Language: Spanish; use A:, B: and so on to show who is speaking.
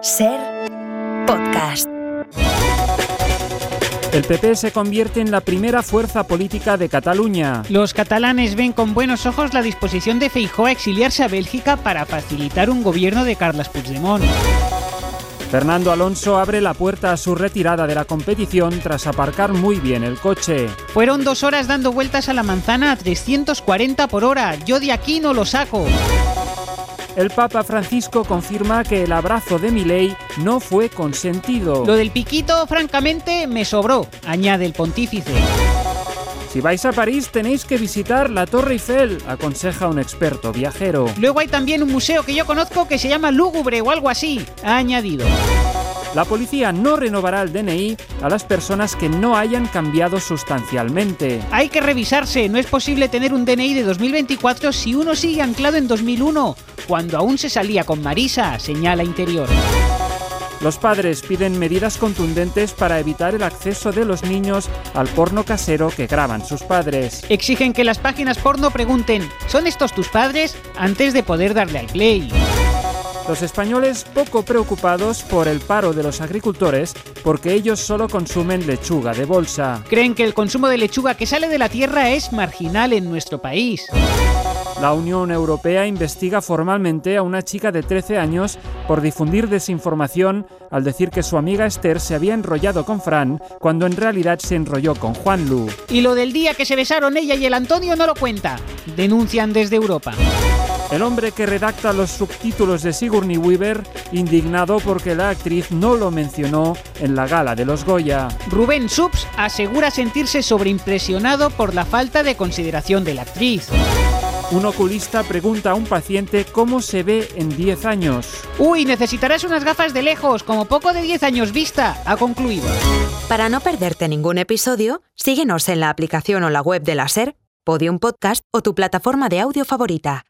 A: Ser podcast.
B: El PP se convierte en la primera fuerza política de Cataluña.
C: Los catalanes ven con buenos ojos la disposición de Feijóo a exiliarse a Bélgica para facilitar un gobierno de Carles Puigdemont.
B: Fernando Alonso abre la puerta a su retirada de la competición tras aparcar muy bien el coche.
C: Fueron dos horas dando vueltas a la manzana a 340 por hora. Yo de aquí no lo saco.
B: El Papa Francisco confirma que el abrazo de Milei no fue consentido.
C: Lo del piquito, francamente, me sobró, añade el pontífice.
B: Si vais a París tenéis que visitar la Torre Eiffel, aconseja un experto viajero.
C: Luego hay también un museo que yo conozco que se llama Lúgubre o algo así, ha añadido.
B: La policía no renovará el DNI a las personas que no hayan cambiado sustancialmente.
C: Hay que revisarse, no es posible tener un DNI de 2024 si uno sigue anclado en 2001, cuando aún se salía con Marisa, señala interior.
B: Los padres piden medidas contundentes para evitar el acceso de los niños al porno casero que graban sus padres.
C: Exigen que las páginas porno pregunten, ¿son estos tus padres? antes de poder darle al play.
B: Los españoles poco preocupados por el paro de los agricultores porque ellos solo consumen lechuga de bolsa.
C: Creen que el consumo de lechuga que sale de la tierra es marginal en nuestro país.
B: La Unión Europea investiga formalmente a una chica de 13 años por difundir desinformación al decir que su amiga Esther se había enrollado con Fran cuando en realidad se enrolló con Juan Lu.
C: Y lo del día que se besaron ella y el Antonio no lo cuenta, denuncian desde Europa.
B: El hombre que redacta los subtítulos de Sigourney Weaver, indignado porque la actriz no lo mencionó en la gala de los Goya.
C: Rubén Subs asegura sentirse sobreimpresionado por la falta de consideración de la actriz.
B: Un oculista pregunta a un paciente cómo se ve en 10 años.
C: Uy, necesitarás unas gafas de lejos, como poco de 10 años vista, ha concluido.
A: Para no perderte ningún episodio, síguenos en la aplicación o la web de la SER, Podium Podcast o tu plataforma de audio favorita.